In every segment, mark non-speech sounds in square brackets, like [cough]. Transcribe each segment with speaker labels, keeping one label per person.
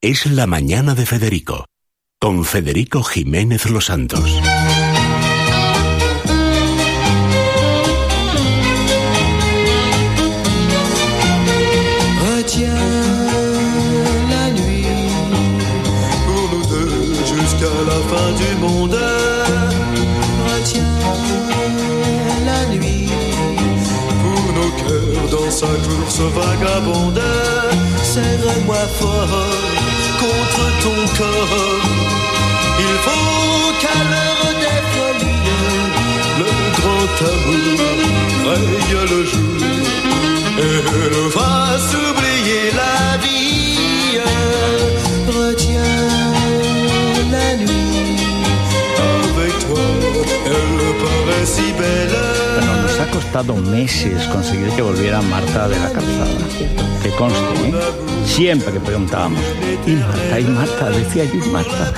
Speaker 1: es La Mañana de Federico, con Federico Jiménez Los Santos.
Speaker 2: Retiens la nuit pour nous deux jusqu'à la fin du monde. Retiens la nuit pour nos cœurs dans sa course vagabonde. Serre-moi fort contre ton corps. Il faut qu'à l'heure des folies, le grand amour raye le jour. Elle va s'oublier la vie. Retiens la nuit. Avec toi, elle paraît si belle.
Speaker 3: Pero nos ha costado meses conseguir que volviera Marta de la Calzada. Que conste, ¿eh? Siempre que preguntábamos, ¿y Marta? ¿y Marta? Decía yo, ¿y Marta?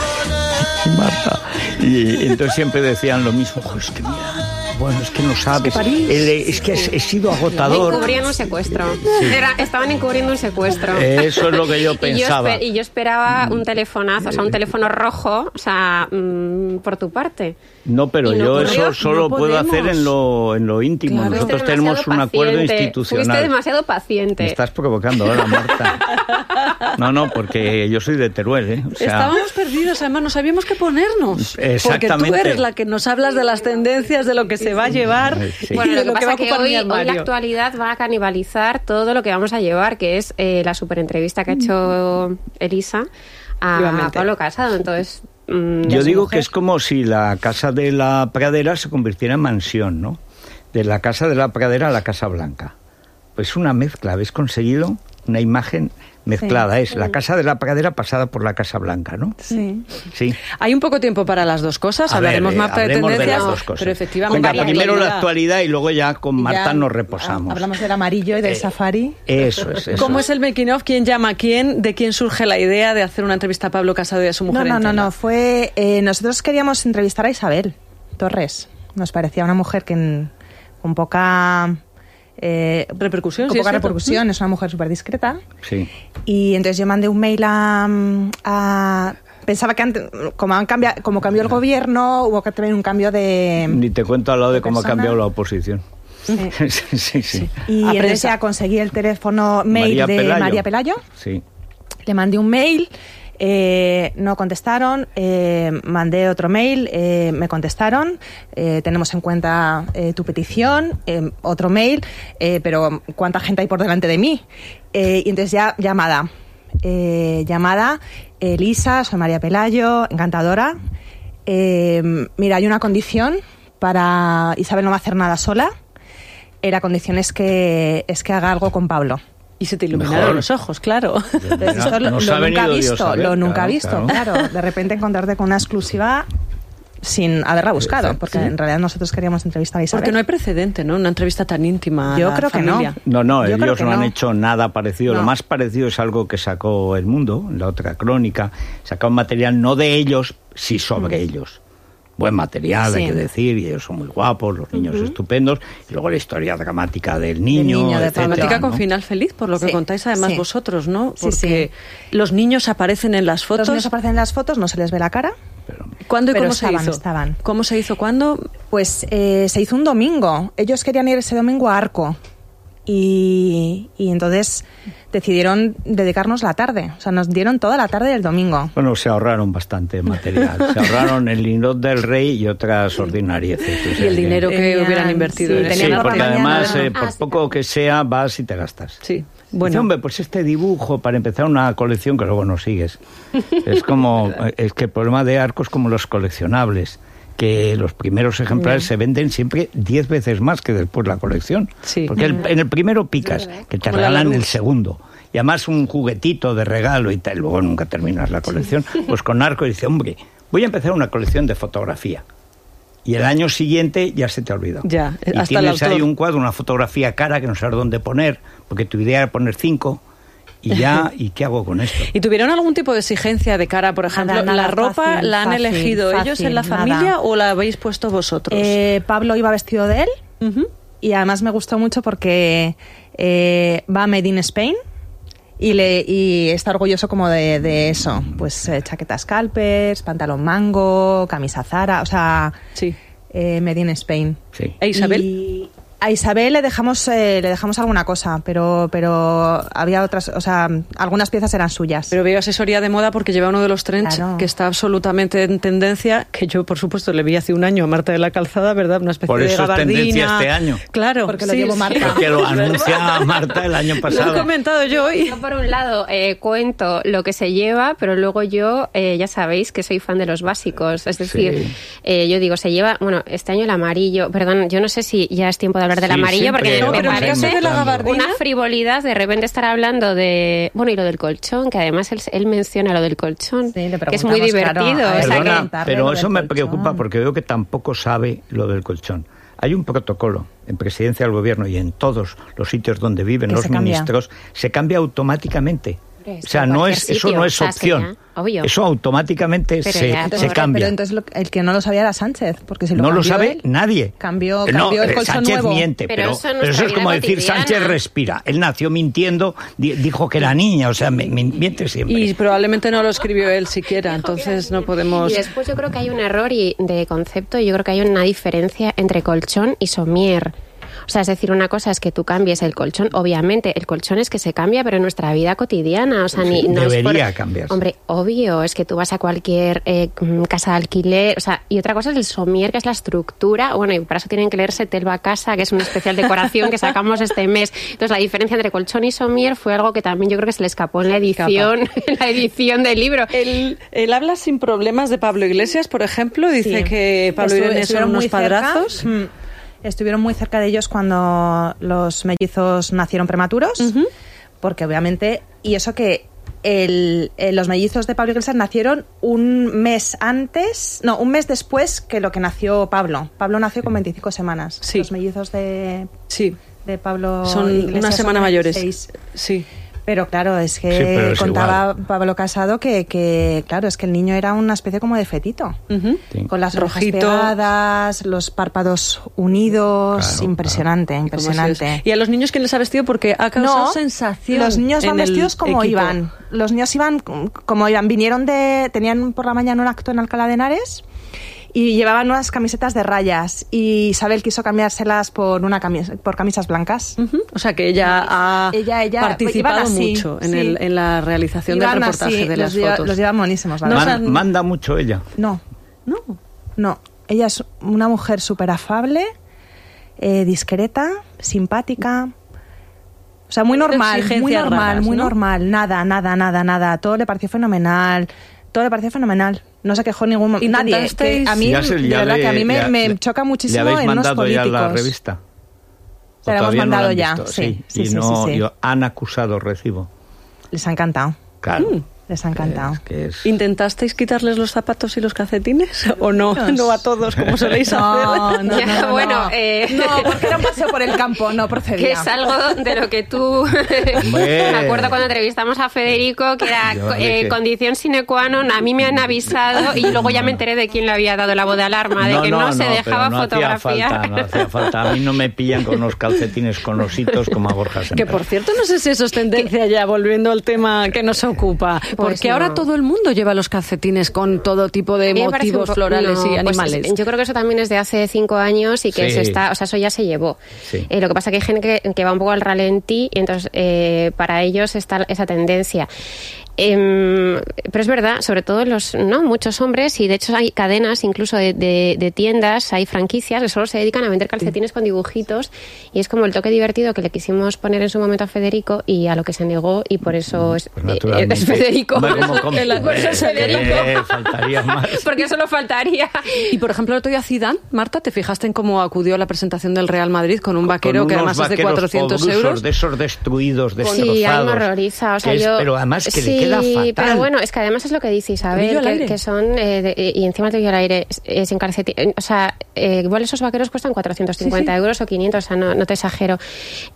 Speaker 3: ¿y Marta? Y entonces siempre decían lo mismo, "Jo, es que mira, bueno, es que no sabes,
Speaker 4: París.
Speaker 3: el- es que he sido agotador.
Speaker 4: Encubrían un secuestro. Era- estaban encubriendo un secuestro.
Speaker 3: Eso es lo que yo
Speaker 4: [laughs] Y
Speaker 3: pensaba. Eh.
Speaker 4: espe- Y yo, esperaba un telefonazo, o sea, un teléfono rojo, o sea, mm, por tu parte.
Speaker 3: No, pero
Speaker 4: Y no
Speaker 3: yo
Speaker 4: ocurrió,
Speaker 3: eso solo
Speaker 4: no
Speaker 3: puedo
Speaker 4: podemos.
Speaker 3: hacer en lo, en lo íntimo.
Speaker 5: Claro.
Speaker 3: Nosotros
Speaker 4: Fuiste
Speaker 3: tenemos
Speaker 4: demasiado
Speaker 3: un acuerdo
Speaker 4: paciente. Fuiste
Speaker 3: institucional.
Speaker 4: demasiado paciente.
Speaker 3: Me estás provocando ahora, Marta. No, no, porque yo soy de Teruel, ¿eh? O sea,
Speaker 5: Estábamos perdidos, además no sabíamos qué ponernos. Porque tú
Speaker 3: Exactamente.
Speaker 5: eres la que nos hablas de las tendencias, de lo que se va a llevar
Speaker 3: Sí.
Speaker 5: y
Speaker 4: Bueno,
Speaker 5: de
Speaker 4: lo
Speaker 5: lo
Speaker 4: que
Speaker 5: que va
Speaker 4: pasa
Speaker 5: a
Speaker 4: es que
Speaker 5: ocupar mi
Speaker 4: hoy, hoy la
Speaker 5: armario.
Speaker 4: actualidad va a canibalizar todo lo que vamos a llevar, que es eh, la superentrevista que ha hecho Elisa a
Speaker 5: Efectivamente.
Speaker 4: Pablo Casado. Entonces, mm,
Speaker 3: Yo
Speaker 4: es
Speaker 3: digo
Speaker 4: mujer.
Speaker 3: que es como si la casa de la pradera se convirtiera en mansión, ¿no? De la casa de la pradera a la casa blanca. Pues una mezcla, habéis conseguido una imagen mezclada. Es la casa de la pradera pasada por la casa blanca, ¿no?
Speaker 5: Sí.
Speaker 3: Sí.
Speaker 5: Hay un poco tiempo para las dos cosas,
Speaker 3: A ver,
Speaker 5: hablaremos
Speaker 3: eh,
Speaker 5: más tarde de
Speaker 3: hablemos de las
Speaker 5: tendencias,
Speaker 3: dos cosas.
Speaker 5: pero efectivamente
Speaker 3: Venga,
Speaker 5: varía
Speaker 3: primero la actualidad y luego ya con Marta nos reposamos.
Speaker 6: Ah, Hablamos del amarillo y del
Speaker 3: Eh,
Speaker 6: safari.
Speaker 3: Eso es, eso
Speaker 5: ¿Cómo es el making of? ¿Quién llama a quién? ¿De quién surge la idea de hacer una entrevista a Pablo Casado y a su
Speaker 6: No,
Speaker 5: mujer?
Speaker 6: no,
Speaker 5: en
Speaker 6: no,
Speaker 5: tela?
Speaker 6: no. Fue, eh, nosotros queríamos entrevistar a Isabel Torres. Nos parecía una mujer que en- con poca eh,
Speaker 5: Repercusión,
Speaker 6: con
Speaker 5: sí, es
Speaker 6: poca
Speaker 5: cierto. Mm.
Speaker 6: repercusión. Es una mujer súper discreta.
Speaker 3: Sí.
Speaker 6: Y entonces yo mandé un mail a... a- pensaba que antes- como, han cambiado, como cambió el gobierno, hubo que también un cambio de...
Speaker 3: Ni te cuento al lado de cómo ha
Speaker 6: Em, persona-
Speaker 3: cambiado la oposición.
Speaker 6: Sí.
Speaker 3: [laughs] Sí, sí, sí.
Speaker 5: A
Speaker 6: Y entonces
Speaker 5: prensa.
Speaker 6: ya conseguí el teléfono mail de María Pelayo.
Speaker 3: Sí.
Speaker 6: Le mandé un mail, eh, no contestaron, eh, mandé otro mail, eh, me contestaron, eh, tenemos en cuenta eh, tu petición, eh, otro mail, eh, pero ¿cuánta gente hay por delante de mí? Eh, y entonces ya llamada, eh, llamada, Elisa, soy María Pelayo, encantadora. Eh, mira, hay una condición para Isabel no va a hacer nada sola. Eh, la condición es que, es que haga algo con Pablo.
Speaker 5: Y se te iluminaron
Speaker 3: Mejor.
Speaker 5: los
Speaker 3: [laughs]
Speaker 5: ojos, claro.
Speaker 6: Pero
Speaker 3: No,
Speaker 6: esto lo,
Speaker 3: nos
Speaker 6: lo
Speaker 3: ha
Speaker 6: nunca
Speaker 3: venido Dios
Speaker 6: visto,
Speaker 3: a ver,
Speaker 6: lo nunca
Speaker 3: claro,
Speaker 6: visto,
Speaker 3: claro.
Speaker 6: claro. De repente encontrarte con una exclusiva sin haberla buscado,
Speaker 3: Exacto.
Speaker 6: porque en realidad nosotros queríamos entrevistar a Isabel.
Speaker 5: Porque no hay precedente, ¿no? Una entrevista tan íntima. a
Speaker 6: Yo
Speaker 5: la
Speaker 6: creo que no.
Speaker 5: familia.
Speaker 3: No, no,
Speaker 6: Yo creo
Speaker 3: ellos
Speaker 6: que
Speaker 3: no han
Speaker 6: no.
Speaker 3: hecho nada parecido. Lo
Speaker 6: No.
Speaker 3: más parecido es algo que sacó El Mundo, la otra crónica. Sacaron material no de ellos, sí sobre ellos. Buen material, hay
Speaker 6: Sí.
Speaker 3: que decir, y ellos son muy guapos, los niños estupendos. Y luego la historia dramática del niño,
Speaker 6: niño, de
Speaker 3: etcétera,
Speaker 5: Dramática con
Speaker 3: ¿no?
Speaker 5: final feliz, por lo que
Speaker 6: Sí,
Speaker 5: contáis además
Speaker 6: sí.
Speaker 5: vosotros, ¿no?
Speaker 6: Sí,
Speaker 5: Porque los niños aparecen en las
Speaker 6: Los
Speaker 5: fotos.
Speaker 6: niños aparecen en las fotos, no se les ve la cara.
Speaker 3: Pero-
Speaker 5: ¿Cuándo y
Speaker 6: pero
Speaker 5: cómo
Speaker 6: estaban,
Speaker 5: se hizo?
Speaker 6: estaban.
Speaker 5: ¿Cómo se hizo? ¿Cuándo?
Speaker 6: Pues eh, se hizo un domingo. Ellos querían ir ese domingo a Arco. Y, y entonces decidieron dedicarnos la tarde. O sea, nos dieron toda la tarde del domingo.
Speaker 3: Bueno, se ahorraron bastante material. Se ahorraron el linot del rey y otras ordinarieces. o
Speaker 5: Y
Speaker 3: sea
Speaker 5: el
Speaker 3: que-
Speaker 5: dinero que
Speaker 6: Tenían-
Speaker 5: hubieran invertido.
Speaker 6: sí,
Speaker 5: en eso.
Speaker 3: Sí,
Speaker 6: tenían
Speaker 3: porque
Speaker 6: la
Speaker 3: además,
Speaker 6: mañana,
Speaker 3: eh,
Speaker 4: ¿no?
Speaker 3: por
Speaker 4: Ah, sí.
Speaker 3: poco que sea, vas y te gastas.
Speaker 5: Sí,
Speaker 3: Bueno.
Speaker 5: bueno.
Speaker 3: hombre, pues este dibujo para empezar una colección que luego no
Speaker 5: [laughs]
Speaker 3: sigues. Es como, es que el problema de arcos como los coleccionables, que los primeros ejemplares se venden siempre 10 veces más que después la colección.
Speaker 5: Sí.
Speaker 3: Porque el- en el primero picas, que te
Speaker 5: Como la
Speaker 3: regalan
Speaker 5: Larousse.
Speaker 3: el segundo. Y además un juguetito de regalo y tal, y luego nunca terminas la colección. Pues con arco dice, hombre, voy a empezar una colección de fotografía. Y el año siguiente ya se te olvidó.
Speaker 5: Ya,
Speaker 3: y
Speaker 5: hasta el
Speaker 3: tienes ahí
Speaker 5: autor.
Speaker 3: un cuadro, una fotografía cara que no sabes dónde poner, porque tu idea era poner cinco y
Speaker 4: [laughs]
Speaker 3: ya, ¿y qué hago con esto?
Speaker 5: ¿Y tuvieron algún tipo de exigencia de cara, por ejemplo?
Speaker 6: Nada,
Speaker 5: ¿La
Speaker 6: nada,
Speaker 5: ropa
Speaker 6: fácil,
Speaker 5: la han
Speaker 6: fácil,
Speaker 5: elegido ellos
Speaker 6: fácil,
Speaker 5: en la
Speaker 6: nada.
Speaker 5: familia o la habéis puesto vosotros?
Speaker 6: Eh, Pablo iba vestido de él.
Speaker 5: Ujú.
Speaker 6: Y además me gustó mucho porque eh, va Made in Spain Y, le, y está orgulloso como de, de eso. Pues eh, chaquetas calpers, pantalón mango, camisa Zara, o sea,
Speaker 5: Sí.
Speaker 6: eh, Made in Spain.
Speaker 3: Sí.
Speaker 5: ¿E Isabel?
Speaker 6: Y a Isabel le dejamos, eh, le dejamos alguna cosa, pero, pero había otras, o sea, algunas piezas eran suyas.
Speaker 5: Pero veo asesoría de moda porque lleva uno de los trends
Speaker 6: Claro.
Speaker 5: que está absolutamente en tendencia, que yo, por supuesto, le vi hace un año a Marta de la Calzada, ¿verdad? Una especie
Speaker 3: Por
Speaker 5: de
Speaker 3: eso es
Speaker 5: gabardina.
Speaker 3: tendencia este año.
Speaker 5: Claro.
Speaker 6: Porque lo
Speaker 5: [laughs]
Speaker 6: llevo Marta.
Speaker 5: que
Speaker 3: Porque lo anuncia Marta el año
Speaker 5: Lo he
Speaker 3: pasado.
Speaker 5: comentado yo
Speaker 6: [laughs]
Speaker 5: hoy.
Speaker 4: Yo, por un lado, eh, cuento lo que se lleva, pero luego yo, eh, ya sabéis que soy fan de los básicos. Es decir,
Speaker 3: Sí.
Speaker 4: eh, yo digo, se lleva, bueno, este año el amarillo. Perdón, yo no sé si ya es tiempo de hablar del
Speaker 3: Sí,
Speaker 4: amarillo,
Speaker 3: siempre
Speaker 4: porque
Speaker 5: No,
Speaker 4: me
Speaker 5: pero en el caso
Speaker 4: parece
Speaker 5: de la gabardina...
Speaker 4: una frivolidad de repente estar hablando de. Bueno, y lo del colchón, que además él, él menciona lo del colchón,
Speaker 6: Sí, le
Speaker 4: que es muy
Speaker 6: preguntamos, claro,
Speaker 4: divertido.
Speaker 6: a
Speaker 4: o sea
Speaker 6: Isabel.
Speaker 4: que-
Speaker 3: Perdona,
Speaker 6: preguntarle lo
Speaker 3: pero
Speaker 6: del
Speaker 3: eso me
Speaker 6: colchón.
Speaker 3: preocupa porque veo que tampoco sabe lo del colchón. Hay un protocolo en presidencia del gobierno y en todos los sitios donde viven
Speaker 6: Que
Speaker 3: los
Speaker 6: se cambia.
Speaker 3: ministros, se cambia automáticamente.
Speaker 4: Hombre,
Speaker 3: o
Speaker 4: eso
Speaker 3: sea,
Speaker 4: en
Speaker 3: no
Speaker 4: cualquier
Speaker 3: es, eso
Speaker 4: sitio,
Speaker 3: no es
Speaker 4: o sea,
Speaker 3: opción.
Speaker 4: sería obvio.
Speaker 3: Eso automáticamente
Speaker 4: Pero
Speaker 3: se,
Speaker 4: ya,
Speaker 3: se
Speaker 4: pobre,
Speaker 3: cambia.
Speaker 6: Pero entonces lo- el que no lo sabía era Sánchez, porque si lo
Speaker 3: no lo
Speaker 6: cambió
Speaker 3: sabe
Speaker 6: él,
Speaker 3: nadie.
Speaker 6: Cambió,
Speaker 3: No,
Speaker 6: cambió el
Speaker 3: eh,
Speaker 6: colchón
Speaker 3: Sánchez
Speaker 6: nuevo.
Speaker 3: miente,
Speaker 4: Pero
Speaker 3: pero, pero eso,
Speaker 4: eso en nuestra
Speaker 3: es como
Speaker 4: vida
Speaker 3: decir
Speaker 4: cotidiana.
Speaker 3: Sánchez respira. Él nació mintiendo, di- dijo que era niña, o sea, mi- mi- miente siempre.
Speaker 5: Y probablemente no lo escribió él siquiera, entonces no podemos...
Speaker 4: Y después yo creo que hay un error y- de concepto, y yo creo que hay una diferencia entre colchón y somier. O sea, es decir, una cosa es que tú cambies el colchón. Obviamente, el colchón es que se cambia, pero en nuestra vida cotidiana, o sea, ni
Speaker 3: Sí,
Speaker 4: no es por-
Speaker 3: debería cambiarse.
Speaker 4: Hombre, obvio, es que tú vas a cualquier eh, mm, casa de alquiler, o sea, y otra cosa es el somier, que es la estructura. Bueno, y para eso tienen que leerse Telva Casa, que es una especial decoración que sacamos este mes. Entonces, la diferencia entre colchón y somier fue algo que también yo creo que se le escapó en la edición, [laughs] en la edición del libro.
Speaker 5: Él, él habla sin problemas de Pablo Iglesias, por ejemplo, dice
Speaker 6: Sí.
Speaker 5: que Pablo
Speaker 6: Estuve-
Speaker 5: Iglesias son
Speaker 6: estuvieron
Speaker 5: unos
Speaker 6: muy cerca,
Speaker 5: padrazos.
Speaker 6: mm, estuvieron muy cerca de ellos cuando los mellizos nacieron prematuros, porque obviamente, y eso que el- eh, los mellizos de Pablo Iglesias nacieron un mes antes, no, un mes después que lo que nació Pablo. Pablo nació con 25 semanas.
Speaker 5: Sí.
Speaker 6: Los mellizos de,
Speaker 5: Sí,
Speaker 6: de Pablo
Speaker 5: son
Speaker 6: Oh, Iglesias
Speaker 5: una semana
Speaker 6: son
Speaker 5: mayores.
Speaker 6: 26.
Speaker 5: Sí.
Speaker 6: Pero claro, es que
Speaker 3: Sí, pero es
Speaker 6: contaba Pablo Casado que, que, claro, es que el niño era una especie como de fetito.
Speaker 5: Ujú.
Speaker 3: Sí.
Speaker 6: Con las orejas
Speaker 5: Rojito.
Speaker 6: pegadas, los párpados unidos,
Speaker 3: Claro,
Speaker 6: impresionante,
Speaker 5: ¿Cómo es
Speaker 6: impresionante.
Speaker 5: eso? Y a los niños, ¿quién les ha vestido? Porque ha causado sensación.
Speaker 6: los niños
Speaker 5: en
Speaker 6: van
Speaker 5: el
Speaker 6: vestidos como
Speaker 5: equipo.
Speaker 6: iban. Los niños iban c- como iban. Vinieron de. Tenían por la mañana un acto en Alcalá de Henares y llevaban unas camisetas de rayas. Y Isabel quiso cambiárselas por, una camis- por camisas blancas.
Speaker 5: Ujú. O sea que ella ha
Speaker 6: Ella- ella-
Speaker 5: participado
Speaker 6: iban así,
Speaker 5: mucho en,
Speaker 6: sí.
Speaker 5: el- en la realización del
Speaker 6: Iban
Speaker 5: reportaje
Speaker 6: así,
Speaker 5: de
Speaker 6: los
Speaker 5: las
Speaker 6: lleva-
Speaker 5: fotos.
Speaker 6: Los llevan monísimos, la
Speaker 5: No
Speaker 6: verdad.
Speaker 3: Man-
Speaker 5: han-
Speaker 3: Manda mucho ella.
Speaker 6: No,
Speaker 5: No.
Speaker 6: no. Ella es una mujer súper afable, eh, discreta, simpática. O sea, muy
Speaker 5: No
Speaker 6: normal, muy
Speaker 5: exigencias
Speaker 6: normal,
Speaker 5: raras,
Speaker 6: muy
Speaker 5: ¿no?
Speaker 6: normal. Nada, nada, nada, nada. Todo le pareció fenomenal. Todo le pareció fenomenal. No se quejó en ningún momento. Nadie.
Speaker 5: ¿Intentasteis-
Speaker 6: Que a mí,
Speaker 3: Ya se-
Speaker 6: de
Speaker 3: ya
Speaker 6: verdad
Speaker 3: le-
Speaker 6: que a mí me,
Speaker 3: le-
Speaker 6: me
Speaker 3: le-
Speaker 6: choca muchísimo
Speaker 3: ¿Le habéis
Speaker 6: en unos
Speaker 3: mandado
Speaker 6: políticos.
Speaker 3: ya la revista?
Speaker 6: Se
Speaker 3: ¿O
Speaker 6: la hemos
Speaker 3: todavía no
Speaker 6: mandado
Speaker 3: han
Speaker 6: ya,
Speaker 3: visto?
Speaker 6: sí, sí,
Speaker 3: y
Speaker 6: sí,
Speaker 3: no-
Speaker 6: sí, sí.
Speaker 3: y han acusado recibo.
Speaker 6: Les ha encantado.
Speaker 3: Claro.
Speaker 6: Les Mm, ha encantado.
Speaker 3: Es que es-
Speaker 5: ¿Intentasteis quitarles los zapatos y los calcetines? [laughs] ¿O no? No a todos, como
Speaker 6: [laughs]
Speaker 5: soléis hacer.
Speaker 4: no, Ya, no, no. bueno, eh.
Speaker 6: no, porque era un paseo por el campo, [laughs] no procedía.
Speaker 4: Que es algo de lo que
Speaker 3: [laughs]
Speaker 4: tú.
Speaker 3: Hombre.
Speaker 4: [laughs] Me acuerdo cuando entrevistamos a Federico, que era
Speaker 3: Yo
Speaker 4: eh,
Speaker 3: dije-
Speaker 4: condición sine qua non. A mí me han avisado y luego ya me enteré de quién le había dado la voz de alarma, de que no, se dejaba
Speaker 3: pero no
Speaker 4: fotografiar.
Speaker 3: Hacía falta, no hacía falta. A mí no me pillan con unos calcetines con ositos como a Borja
Speaker 5: Que
Speaker 3: Semper.
Speaker 5: por cierto, no sé si eso es tendencia ya, volviendo al tema que nos ocupa.
Speaker 6: Pues
Speaker 5: porque
Speaker 4: no.
Speaker 5: ahora todo el mundo lleva los calcetines con todo tipo de
Speaker 4: A mí me parece un
Speaker 5: motivos
Speaker 4: po-
Speaker 5: florales
Speaker 4: no,
Speaker 5: y
Speaker 4: pues
Speaker 5: animales.
Speaker 4: es- yo creo que eso también es de hace cinco años y que
Speaker 3: Sí.
Speaker 4: eso está, o sea, eso ya se llevó.
Speaker 3: Sí.
Speaker 4: Eh, lo que pasa que hay gente que, que va un poco al ralentí y entonces eh, para ellos está esa tendencia. Em, pero es verdad, sobre todo los, ¿no? Muchos hombres, y de hecho hay cadenas incluso de, de- de tiendas, hay franquicias que solo se dedican a vender calcetines con dibujitos y es como el toque divertido que le quisimos poner en su momento a Federico y a lo que se negó y por eso es,
Speaker 3: Pues
Speaker 4: eh,
Speaker 3: naturalmente.
Speaker 4: es [laughs] Federico.
Speaker 3: Hombre, ¿cómo,
Speaker 5: [laughs]
Speaker 3: cómo?
Speaker 4: Por eso es
Speaker 3: Eh, eh,
Speaker 4: Federico.
Speaker 3: faltaría más.
Speaker 4: Porque solo faltaría.
Speaker 5: Y por ejemplo, el otro día Zidane, Marta, ¿te fijaste en cómo acudió a la presentación del Real Madrid con un vaquero
Speaker 3: Con
Speaker 5: que
Speaker 3: unos
Speaker 5: además es de
Speaker 3: vaqueros
Speaker 5: 400
Speaker 3: pobrusos,
Speaker 5: euros?
Speaker 3: De esos destruidos,
Speaker 4: Sí, a mí me
Speaker 3: destrozados.
Speaker 4: horroriza, o sea,
Speaker 3: que es-
Speaker 4: yo-
Speaker 3: pero además que
Speaker 4: sí.
Speaker 3: le queda fatal.
Speaker 4: Pero bueno, es que además es lo que dice
Speaker 5: brillo
Speaker 4: Isabel,
Speaker 5: al
Speaker 4: que,
Speaker 5: aire.
Speaker 4: que son. eh, de- y encima te vio al aire es- eh, sin calcetín. O sea, eh, igual esos vaqueros cuestan 450 euros o 500, o sea, no, no te exagero.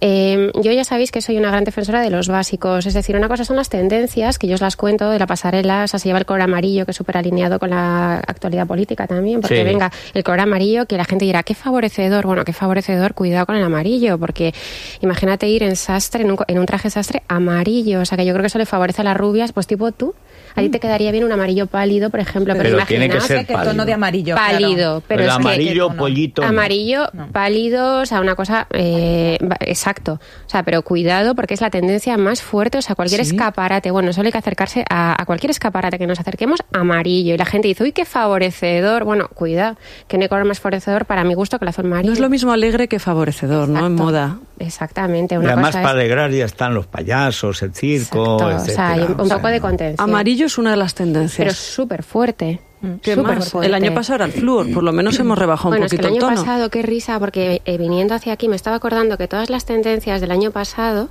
Speaker 4: Eh, yo ya sabéis que soy una gran defensora de los básicos. Es decir, una cosa son las tendencias, que yo os las cuento, de la pasarela, o sea, se lleva el color amarillo, que es súper alineado con la actualidad política también, porque
Speaker 3: Sí.
Speaker 4: venga, el color amarillo que la gente dirá qué favorecedor bueno qué favorecedor cuidado con el amarillo porque imagínate ir en sastre en un, co- en un traje sastre amarillo o sea que yo creo que eso le favorece a las rubias pues tipo tú a ti te quedaría bien un amarillo pálido por ejemplo pero,
Speaker 3: Mm. Pero tiene que ser
Speaker 4: imaginaos
Speaker 6: que tono de amarillo.
Speaker 4: pálido pero
Speaker 3: el
Speaker 4: es que
Speaker 3: amarillo
Speaker 6: que-
Speaker 3: pollito. no.
Speaker 4: Amarillo, pálido, o sea, una cosa eh, va- exacto. O sea, pero cuidado porque es la tendencia más fuerte. O sea, cualquier escaparate, bueno, solo hay que acercarse a, a cualquier escaparate que nos acerquemos, amarillo. Y la gente dice, uy, qué favorecedor. Bueno, cuidado, que no hay color más favorecedor para mi gusto que el azul marino.
Speaker 5: No es lo mismo alegre que favorecedor, ¿no? En
Speaker 4: Exacto.
Speaker 5: moda.
Speaker 4: Exactamente,
Speaker 3: Y
Speaker 4: una
Speaker 3: además,
Speaker 4: cosa
Speaker 3: para
Speaker 4: es-
Speaker 3: alegrar ya están los payasos, el circo,
Speaker 4: Exacto, o sea, hay
Speaker 3: etcétera.
Speaker 4: un, un
Speaker 3: O sea,
Speaker 4: poco de
Speaker 3: no.
Speaker 4: contención.
Speaker 5: Amarillo es una de las
Speaker 4: Pero es
Speaker 5: tendencias.
Speaker 4: súper fuerte.
Speaker 5: ¿Qué
Speaker 4: súper
Speaker 5: más?
Speaker 4: fuerte.
Speaker 5: El año pasado era el flúor, por lo menos hemos rebajado
Speaker 4: bueno,
Speaker 5: un poquito
Speaker 4: es que el año
Speaker 5: el tono.
Speaker 4: pasado, qué risa, porque eh, viniendo hacia aquí me estaba acordando que todas las tendencias del año pasado,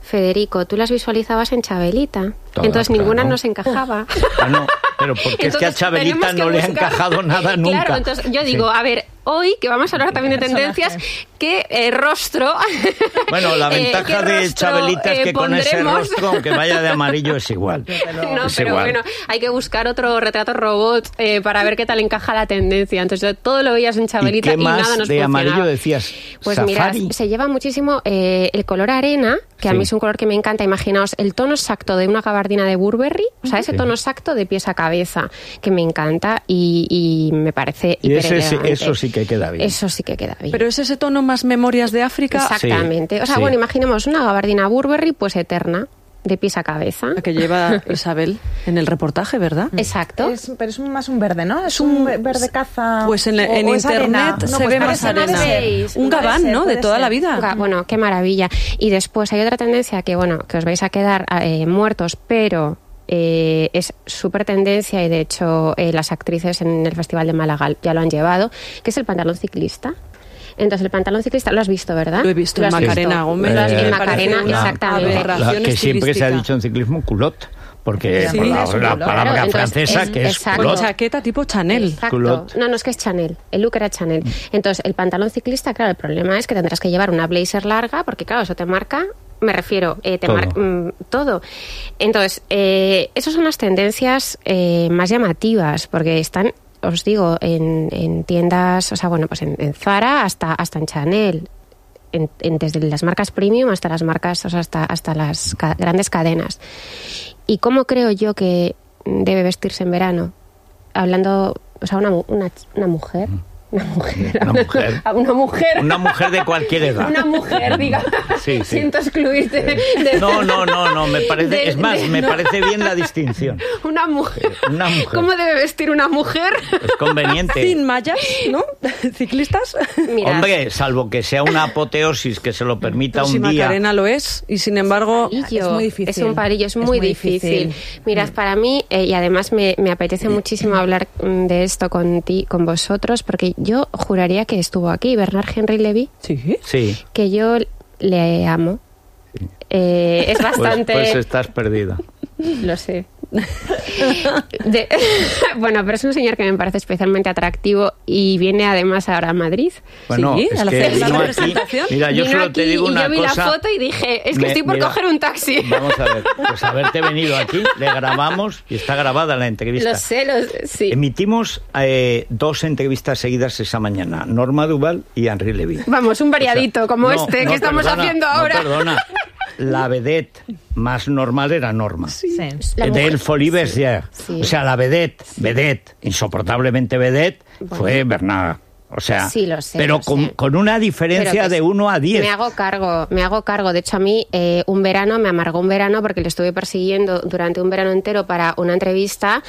Speaker 4: Federico, tú las visualizabas en Chabelita.
Speaker 3: Todas,
Speaker 4: entonces ninguna
Speaker 3: claro.
Speaker 4: nos encajaba.
Speaker 3: [laughs] Ah, no, pero porque es que a
Speaker 4: Entonces, tenemos
Speaker 3: Chabelita
Speaker 4: que
Speaker 3: no le ha
Speaker 4: buscar- [laughs]
Speaker 3: encajado nada
Speaker 4: Claro,
Speaker 3: nunca.
Speaker 4: entonces yo digo, "Ah, a ver, hoy que vamos a hablar también de tendencias, ¿qué eh, rostro? [laughs]
Speaker 3: Bueno, la
Speaker 4: eh,
Speaker 3: ventaja
Speaker 4: qué
Speaker 3: de
Speaker 4: rostro,
Speaker 3: Chabelita es
Speaker 4: eh,
Speaker 3: que con ese
Speaker 4: pondremos?
Speaker 3: rostro, aunque vaya de amarillo, es igual.
Speaker 4: [laughs] No,
Speaker 3: Es
Speaker 4: pero
Speaker 3: igual.
Speaker 4: bueno, hay que buscar otro retrato robot eh, para ver qué tal encaja la tendencia. Entonces, yo todo lo veías en Chabelita
Speaker 3: qué
Speaker 4: y,
Speaker 3: más
Speaker 4: nada nos
Speaker 3: de
Speaker 4: funcionaba.
Speaker 3: amarillo decías?
Speaker 4: Pues
Speaker 3: ¿Safari?
Speaker 4: mira, se lleva muchísimo eh, el color arena, que a
Speaker 3: Sí.
Speaker 4: mí es un color que me encanta. Imaginaos el tono exacto de una gabardina de Burberry, o sea, ese
Speaker 3: Sí.
Speaker 4: tono exacto de pies a cabeza, que me encanta y, y me parece
Speaker 3: Y ese sí-
Speaker 4: hiperelegante.
Speaker 3: eso sí que queda bien.
Speaker 4: Eso sí que queda bien.
Speaker 5: Pero es ese tono más memorias de África
Speaker 4: Exactamente. o sea,
Speaker 3: Sí.
Speaker 4: bueno, imaginemos una gabardina Burberry, pues eterna, de pies a cabeza.
Speaker 5: la que lleva Isabel en el reportaje, ¿verdad?
Speaker 4: Exacto.
Speaker 6: Es- pero es un- más un verde, ¿no? Es un ve- verde caza.
Speaker 5: Pues en,
Speaker 6: o-
Speaker 5: en
Speaker 6: o es arena.
Speaker 5: internet
Speaker 6: No,
Speaker 5: se
Speaker 6: pues
Speaker 5: ve más
Speaker 6: parece
Speaker 4: no
Speaker 5: arena.
Speaker 4: veis.
Speaker 5: Un
Speaker 6: Puede
Speaker 5: gabán,
Speaker 6: ser,
Speaker 5: ¿no? De
Speaker 6: puede
Speaker 5: toda
Speaker 6: ser.
Speaker 5: la vida.
Speaker 4: Ga- Bueno, qué maravilla. Y después hay otra tendencia que, bueno, que os vais a quedar eh, muertos, pero eh, es súper tendencia y de hecho eh, las actrices en el Festival de Málaga ya lo han llevado, que es el pantalón ciclista. Entonces, el pantalón ciclista lo has visto, ¿verdad?
Speaker 5: Lo he visto,
Speaker 4: has
Speaker 5: en Macarena
Speaker 4: visto.
Speaker 5: Gómez.
Speaker 4: Lo has-
Speaker 3: Eh,
Speaker 4: en
Speaker 3: me
Speaker 4: Macarena,
Speaker 5: parece una
Speaker 4: exactamente.
Speaker 5: aberración.
Speaker 3: La- que siempre se ha
Speaker 5: estilística.
Speaker 3: dicho en ciclismo culot, porque
Speaker 5: Sí,
Speaker 3: por Eh, la,
Speaker 6: es un
Speaker 3: la
Speaker 6: culot.
Speaker 3: palabra
Speaker 4: Claro, entonces,
Speaker 3: francesa
Speaker 4: es-
Speaker 3: que es
Speaker 4: exacto.
Speaker 5: Con
Speaker 3: culot.
Speaker 5: chaqueta tipo Chanel.
Speaker 4: Exacto.
Speaker 3: Culot.
Speaker 4: No, no, es que es Chanel. El look era Chanel. Entonces, el pantalón ciclista, claro, el problema es que tendrás que llevar una blazer larga, porque claro, eso te marca. Me refiero, eh, te
Speaker 3: Todo.
Speaker 4: marca mm, todo. Entonces, eh, esas son las tendencias eh, más llamativas, porque están, os digo, en, en tiendas, o sea, bueno, pues en, en Zara hasta, hasta en Chanel. En- en- desde las marcas premium hasta las marcas, o sea, hasta, hasta las ca- grandes cadenas. ¿Y cómo creo yo que debe vestirse en verano? Hablando, o sea, una, mu- una, ch- una mujer. Una mujer.
Speaker 3: Una mujer.
Speaker 4: A Una mujer.
Speaker 3: Una mujer de cualquier edad.
Speaker 4: Una mujer, diga.
Speaker 3: Sí, sí.
Speaker 4: Siento excluirte. de-
Speaker 3: No, no, no, no, me parece,
Speaker 4: de-
Speaker 3: es más,
Speaker 4: de-
Speaker 3: me
Speaker 4: no.
Speaker 3: parece bien la distinción.
Speaker 4: Una mujer.
Speaker 3: Una mujer.
Speaker 4: ¿Cómo debe vestir una mujer?
Speaker 3: Es conveniente.
Speaker 5: Sin mallas, ¿no? Ciclistas.
Speaker 4: Mirad,
Speaker 3: Hombre, salvo que sea una apoteosis que se lo permita
Speaker 5: Pero
Speaker 4: Pues
Speaker 5: si
Speaker 3: un día.
Speaker 5: Macarena lo es, y sin embargo...
Speaker 4: palillo.
Speaker 6: Es muy difícil.
Speaker 4: un palillo, es, muy, difícil. Mirad, para mí, eh, y además me, me apetece muchísimo hablar mm, de esto con ti, con vosotros, porque yo juraría que estuvo aquí Bernard Henry Levy,
Speaker 5: Sí.
Speaker 3: Sí.
Speaker 4: que yo le amo. Eh, es
Speaker 3: [laughs] Pues-
Speaker 4: bastante.
Speaker 3: Pues, estás perdida.
Speaker 4: Lo sé. De- [laughs] bueno, pero es un señor que me parece especialmente atractivo y viene además ahora a Madrid.
Speaker 3: Bueno,
Speaker 5: Sí,
Speaker 3: es
Speaker 5: a la
Speaker 3: que
Speaker 5: fe- la
Speaker 3: vino aquí-
Speaker 5: presentación.
Speaker 3: Mira, yo
Speaker 4: Vino
Speaker 3: solo te
Speaker 4: aquí
Speaker 3: digo
Speaker 4: y
Speaker 3: una
Speaker 4: yo vi
Speaker 3: cosa.
Speaker 4: la foto y dije, es que
Speaker 3: Me-
Speaker 4: estoy por
Speaker 3: mira,
Speaker 4: coger un taxi.
Speaker 3: Vamos a ver, pues haberte venido aquí, le grabamos y está grabada la entrevista.
Speaker 4: Lo sé, lo sé, sí.
Speaker 3: Emitimos eh, dos entrevistas seguidas esa mañana, Norma Duval y Henry Levy.
Speaker 4: Vamos, un variadito
Speaker 3: O sea,
Speaker 4: como
Speaker 3: no,
Speaker 4: este
Speaker 3: no,
Speaker 4: que estamos
Speaker 3: perdona,
Speaker 4: haciendo
Speaker 3: no,
Speaker 4: ahora.
Speaker 3: perdona, la vedette más normal era Norma.
Speaker 6: Sí.
Speaker 4: La
Speaker 3: de
Speaker 4: mujer-
Speaker 3: El Folie Bergère.
Speaker 4: sí.
Speaker 3: O sea, la vedette, vedette, insoportablemente vedette,
Speaker 4: Bueno.
Speaker 3: fue Bernard. O sea,
Speaker 4: Sí, lo sé,
Speaker 3: pero
Speaker 4: lo
Speaker 3: con,
Speaker 4: sé.
Speaker 3: con una diferencia
Speaker 4: Pero que
Speaker 3: de
Speaker 4: sí.
Speaker 3: 1 a 10.
Speaker 4: Me hago cargo, me hago cargo. De hecho, a mí eh, un verano me amargó un verano porque lo estuve persiguiendo durante un verano entero para una entrevista.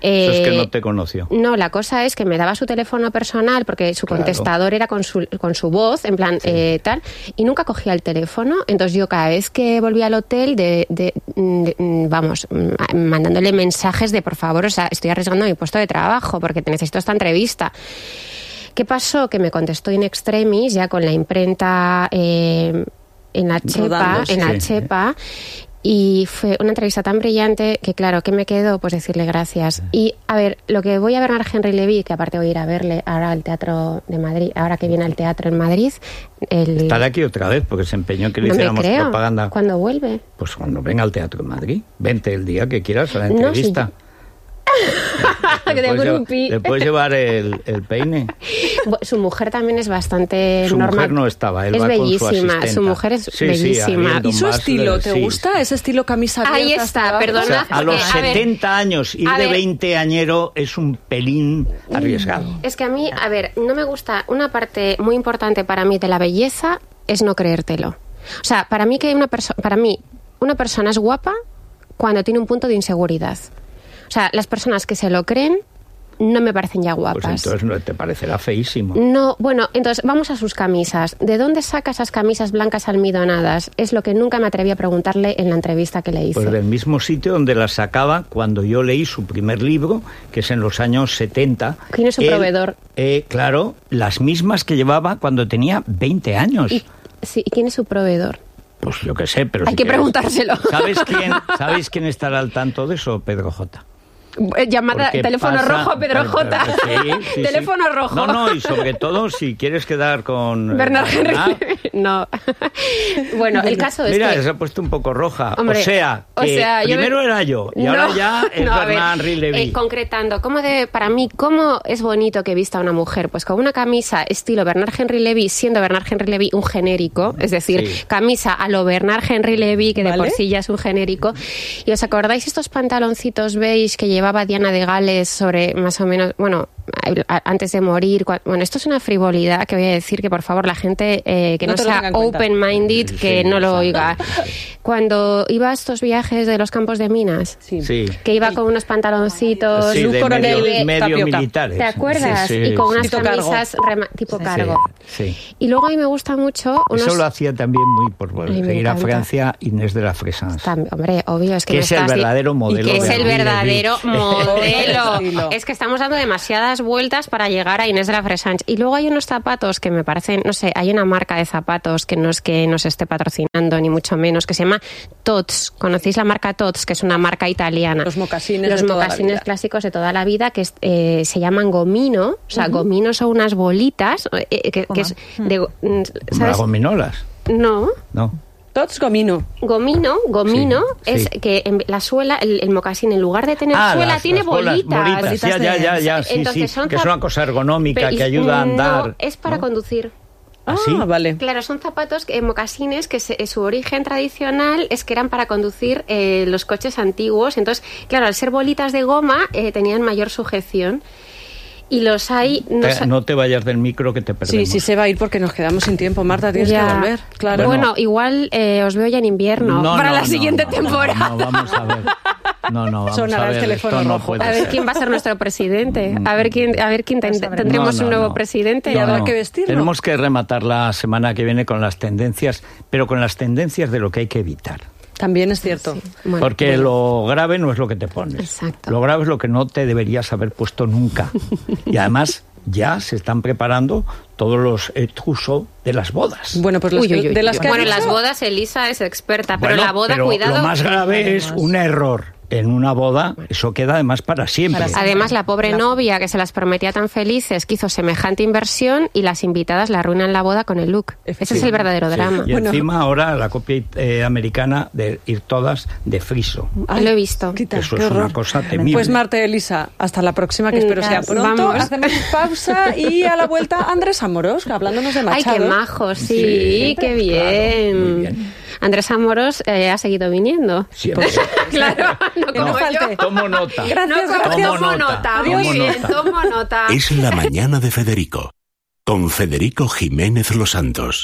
Speaker 4: eh,
Speaker 3: Eso es que no te conoció.
Speaker 4: No, la cosa es que me daba su teléfono personal porque su contestador era con su, con su voz, en plan eh, tal, y nunca cogía el teléfono. Entonces yo cada vez que volvía al hotel, de, de- de- mm, vamos, mm, a- mandándole mensajes de por favor, o sea, estoy arriesgando mi puesto de trabajo porque te necesito esta entrevista. ¿Qué pasó? Que me contestó in extremis, ya con la imprenta eh, en la chepa,
Speaker 5: Rodando,
Speaker 4: en la
Speaker 3: sí.
Speaker 4: chepa, Y fue una entrevista tan brillante que, claro, ¿qué me quedo? Pues decirle gracias. Y, a ver, lo que voy a ver a Henry Levy, que aparte voy a ir a verle ahora al Teatro de Madrid, ahora que viene al Teatro en Madrid, el...
Speaker 3: Estará aquí otra vez porque se empeñó en que le
Speaker 4: no me
Speaker 3: hiciéramos
Speaker 4: creo.
Speaker 3: propaganda.
Speaker 4: Cuando vuelve.
Speaker 3: Pues cuando venga al Teatro de Madrid, vente el día que quieras a la
Speaker 4: No, sí.
Speaker 3: entrevista.
Speaker 4: [laughs]
Speaker 3: Le
Speaker 4: Que de
Speaker 3: puedes llevar-
Speaker 4: grupi.
Speaker 3: le puedes llevar el, el peine.
Speaker 4: Bu- Su mujer también es bastante
Speaker 3: Su
Speaker 4: normal.
Speaker 3: mujer no estaba, él
Speaker 4: es
Speaker 3: va con su
Speaker 4: bellísima,
Speaker 3: asistenta.
Speaker 4: mujer es
Speaker 3: Sí, sí,
Speaker 4: bellísima.
Speaker 3: abriendo
Speaker 5: ¿Y su
Speaker 3: Más
Speaker 5: estilo?
Speaker 3: de-
Speaker 5: ¿Te
Speaker 3: sí.
Speaker 5: gusta? ¿Ese estilo camisa abierta?
Speaker 4: Ahí está,
Speaker 5: hasta abajo?
Speaker 3: O sea,
Speaker 4: perdona.
Speaker 3: a los
Speaker 4: porque, a ver,
Speaker 3: 70 años ir
Speaker 4: a
Speaker 3: de
Speaker 4: ver.
Speaker 3: 20 añero es un pelín arriesgado.
Speaker 4: Es que a mí, a ver, no me gusta. Una parte muy importante para mí de la belleza es no creértelo. O sea, para mí que una persona, para mí una persona es guapa cuando tiene un punto de inseguridad. O sea, las personas que se lo creen no me parecen ya guapas.
Speaker 3: Pues entonces no te parecerá feísimo.
Speaker 4: No, bueno, entonces vamos a sus camisas. ¿De dónde saca esas camisas blancas almidonadas? Es lo que nunca me atreví a preguntarle en la entrevista que le hice.
Speaker 3: Pues del mismo sitio donde la sacaba cuando yo leí su primer libro, que es en los años 70.
Speaker 4: ¿Quién es su
Speaker 3: Él,
Speaker 4: proveedor?
Speaker 3: eh, claro, las mismas que llevaba cuando tenía 20 años.
Speaker 4: ¿Y, sí, ¿y quién es su proveedor?
Speaker 3: Pues yo qué sé, pero...
Speaker 4: Hay
Speaker 3: si
Speaker 4: que
Speaker 3: quieres-
Speaker 4: preguntárselo.
Speaker 3: ¿Sabes
Speaker 4: [laughs]
Speaker 3: quién, ¿Sabéis quién estará al tanto de eso, Pedro J?
Speaker 4: Eh, Llamada,
Speaker 3: Porque
Speaker 4: teléfono
Speaker 3: pasa-
Speaker 4: rojo, Pedro
Speaker 3: Pero-
Speaker 4: J.
Speaker 3: pero sí, sí, sí.
Speaker 4: teléfono rojo. [laughs]
Speaker 3: No, no, y sobre todo si quieres quedar con... eh,
Speaker 4: Bernard Henry.
Speaker 3: Bernard,
Speaker 4: no. [laughs] bueno, el caso es
Speaker 3: Mira,
Speaker 4: que...
Speaker 3: se ha puesto un poco roja.
Speaker 4: Hombre,
Speaker 3: o sea,
Speaker 4: o
Speaker 3: que
Speaker 4: sea, yo me-
Speaker 3: primero era yo y
Speaker 4: No,
Speaker 3: ahora
Speaker 4: [laughs]
Speaker 3: ya es
Speaker 4: no, a ver,
Speaker 3: Bernard Henry Levy.
Speaker 4: eh, concretando, ¿cómo debe, para mí, cómo es bonito que vista una mujer? Pues con una camisa estilo Bernard Henry Levy, siendo Bernard Henry Levy un genérico, es decir,
Speaker 3: Sí.
Speaker 4: camisa a lo Bernard Henry Levy, que de
Speaker 5: Vale.
Speaker 4: por sí ya es un genérico. ¿Y os acordáis estos pantaloncitos beige que llevaba Diana de Gales sobre más o menos, bueno, a- a- antes de morir? cua- Bueno, esto es una frivolidad que voy a decir que por favor la gente eh, que
Speaker 5: No
Speaker 4: no,
Speaker 5: te lo tenga
Speaker 4: sea
Speaker 5: en cuenta.
Speaker 4: open-minded, que
Speaker 3: Sí,
Speaker 4: no lo
Speaker 3: sí.
Speaker 4: oiga. Cuando iba a estos viajes de los campos de minas,
Speaker 5: Sí.
Speaker 3: Sí.
Speaker 4: que iba con unos pantaloncitos,
Speaker 3: Sí,
Speaker 5: un
Speaker 3: de
Speaker 5: coronel
Speaker 3: medio,
Speaker 5: de
Speaker 3: medio
Speaker 5: tapioca.
Speaker 3: militares.
Speaker 4: ¿te acuerdas?
Speaker 3: Sí, sí,
Speaker 4: y con
Speaker 3: sí.
Speaker 4: unas
Speaker 5: Tipo cargo.
Speaker 4: camisas rema- tipo
Speaker 3: Sí,
Speaker 4: cargo.
Speaker 3: sí.
Speaker 4: Y luego a mí me gusta mucho unos...
Speaker 3: Eso lo hacía también muy por volver
Speaker 4: Ay,
Speaker 3: a
Speaker 4: me
Speaker 3: ir a
Speaker 4: encanta.
Speaker 3: Francia Inés de la Fresans.
Speaker 4: Tam- Hombre, obvio, es que,
Speaker 3: Que
Speaker 4: me
Speaker 3: es el
Speaker 4: estás di-
Speaker 3: verdadero modelo
Speaker 4: Y que
Speaker 5: de
Speaker 4: es el
Speaker 5: Avril
Speaker 4: verdadero
Speaker 3: Lavigne.
Speaker 4: modelo.
Speaker 3: [laughs]
Speaker 5: Estilo.
Speaker 4: es que estamos dando demasiadas vueltas para llegar a Inés de la Fresange. Y luego hay unos zapatos que me parecen, no sé, hay una marca de zapatos que no es que nos esté patrocinando, ni mucho menos, que se llama Tots. ¿Conocéis la marca Tots? Que es una marca italiana.
Speaker 5: Los mocasines
Speaker 4: Los
Speaker 5: de toda la
Speaker 4: mocasines
Speaker 5: vida.
Speaker 4: clásicos de toda la vida que es- eh, se llaman gomino. O sea, gomino son unas bolitas eh, eh, que, que es de... go- mm,
Speaker 3: Como las
Speaker 4: ¿Sabes?
Speaker 3: gominolas,
Speaker 4: No.
Speaker 3: ¿no?
Speaker 5: Tots Gomino.
Speaker 4: Gomino, gomino
Speaker 3: Sí,
Speaker 4: es
Speaker 3: sí.
Speaker 4: que en la suela, el, el mocasín, en lugar de tener suela,
Speaker 3: Ah, las-
Speaker 4: tiene
Speaker 3: las bolas,
Speaker 4: bolitas.
Speaker 3: bolitas. Ya, ya, ya, ya, sí,
Speaker 4: Entonces
Speaker 3: sí,
Speaker 4: son
Speaker 3: que es
Speaker 4: zap-
Speaker 3: una cosa ergonómica
Speaker 4: Pero-
Speaker 3: que ayuda a
Speaker 4: no,
Speaker 3: andar.
Speaker 4: es para
Speaker 3: ¿no?
Speaker 4: conducir.
Speaker 3: ¿Ah, sí?
Speaker 5: Ah, vale.
Speaker 4: Claro, son zapatos, eh, mocasines, que se- su origen tradicional es que eran para conducir eh, los coches antiguos. Entonces, claro, al ser bolitas de goma, eh, tenían mayor sujeción. Y los hay... No,
Speaker 3: Te-
Speaker 4: sa-
Speaker 3: no te vayas del micro que te
Speaker 5: Sí,
Speaker 3: perdemos.
Speaker 5: sí se va a ir porque nos quedamos sin tiempo, Marta. Tienes
Speaker 4: Ya.
Speaker 5: que volver. Claro.
Speaker 4: Bueno, igual eh, os veo ya en invierno.
Speaker 3: No,
Speaker 4: para
Speaker 3: no,
Speaker 4: la
Speaker 3: no,
Speaker 4: siguiente
Speaker 3: no, no,
Speaker 4: temporada.
Speaker 3: No, vamos a ver. No, no, vamos
Speaker 5: Sonará
Speaker 3: a
Speaker 5: el
Speaker 3: ver.
Speaker 5: teléfono
Speaker 3: esto no
Speaker 5: rojo.
Speaker 3: puede
Speaker 4: A ver
Speaker 3: ser.
Speaker 4: quién va a ser nuestro presidente. A ver quién, a ver quién ten- tendremos
Speaker 3: No, no,
Speaker 4: un nuevo
Speaker 3: no.
Speaker 4: presidente.
Speaker 3: No,
Speaker 5: habrá
Speaker 3: no.
Speaker 5: que vestirlo.
Speaker 3: Tenemos que rematar la semana que viene con las tendencias, pero con las tendencias de lo que hay que evitar.
Speaker 5: También es cierto.
Speaker 4: Bueno,
Speaker 3: Porque lo grave no es lo que te pones.
Speaker 4: Exacto.
Speaker 3: Lo grave es lo que no te deberías haber puesto
Speaker 4: [laughs]
Speaker 3: nunca. y además ya se están preparando todos los etrusos de las bodas.
Speaker 5: Bueno, pues las
Speaker 4: Uy,
Speaker 5: que-
Speaker 4: uy, uy,
Speaker 5: de las
Speaker 4: uy.
Speaker 5: que has
Speaker 4: bueno, en las
Speaker 5: dicho-
Speaker 4: bodas Elisa es experta, pero
Speaker 3: Bueno,
Speaker 4: la boda,
Speaker 3: pero
Speaker 4: cuidado.
Speaker 3: Lo más grave es un error. En una boda, eso queda además para siempre.
Speaker 4: Además, la pobre novia que se las prometía tan felices, que hizo semejante inversión y las invitadas la arruinan la boda con el look. Ese es el verdadero
Speaker 3: Sí,
Speaker 4: drama.
Speaker 3: Y
Speaker 5: Bueno.
Speaker 3: encima ahora la copia eh, americana de ir todas de friso.
Speaker 5: Ay,
Speaker 4: Lo he visto.
Speaker 5: quita,
Speaker 3: Eso
Speaker 5: qué
Speaker 3: es una
Speaker 5: horror.
Speaker 3: cosa temible.
Speaker 5: Pues Marta y Elisa, hasta la próxima, que espero sea
Speaker 4: Venga,
Speaker 5: pronto.
Speaker 4: vamos. [laughs]
Speaker 5: Hacemos pausa y a la vuelta Andrés Amorós, hablándonos de
Speaker 4: Ay,
Speaker 5: Machado.
Speaker 4: qué majo, sí,
Speaker 3: Sí,
Speaker 4: qué
Speaker 3: claro,
Speaker 4: bien.
Speaker 3: muy bien.
Speaker 4: Andrés Amorós eh, ha seguido viniendo.
Speaker 3: Siempre.
Speaker 4: claro, [laughs] no
Speaker 5: Que no
Speaker 4: como yo.
Speaker 5: falte.
Speaker 3: Tomo
Speaker 4: [laughs]
Speaker 3: nota.
Speaker 5: Gracias,
Speaker 4: No, como-
Speaker 5: gracias.
Speaker 4: tomo nota,
Speaker 3: Tomo
Speaker 4: muy bien,
Speaker 3: nota.
Speaker 4: tomo nota.
Speaker 1: Es la mañana de Federico, con Federico Jiménez Los Santos.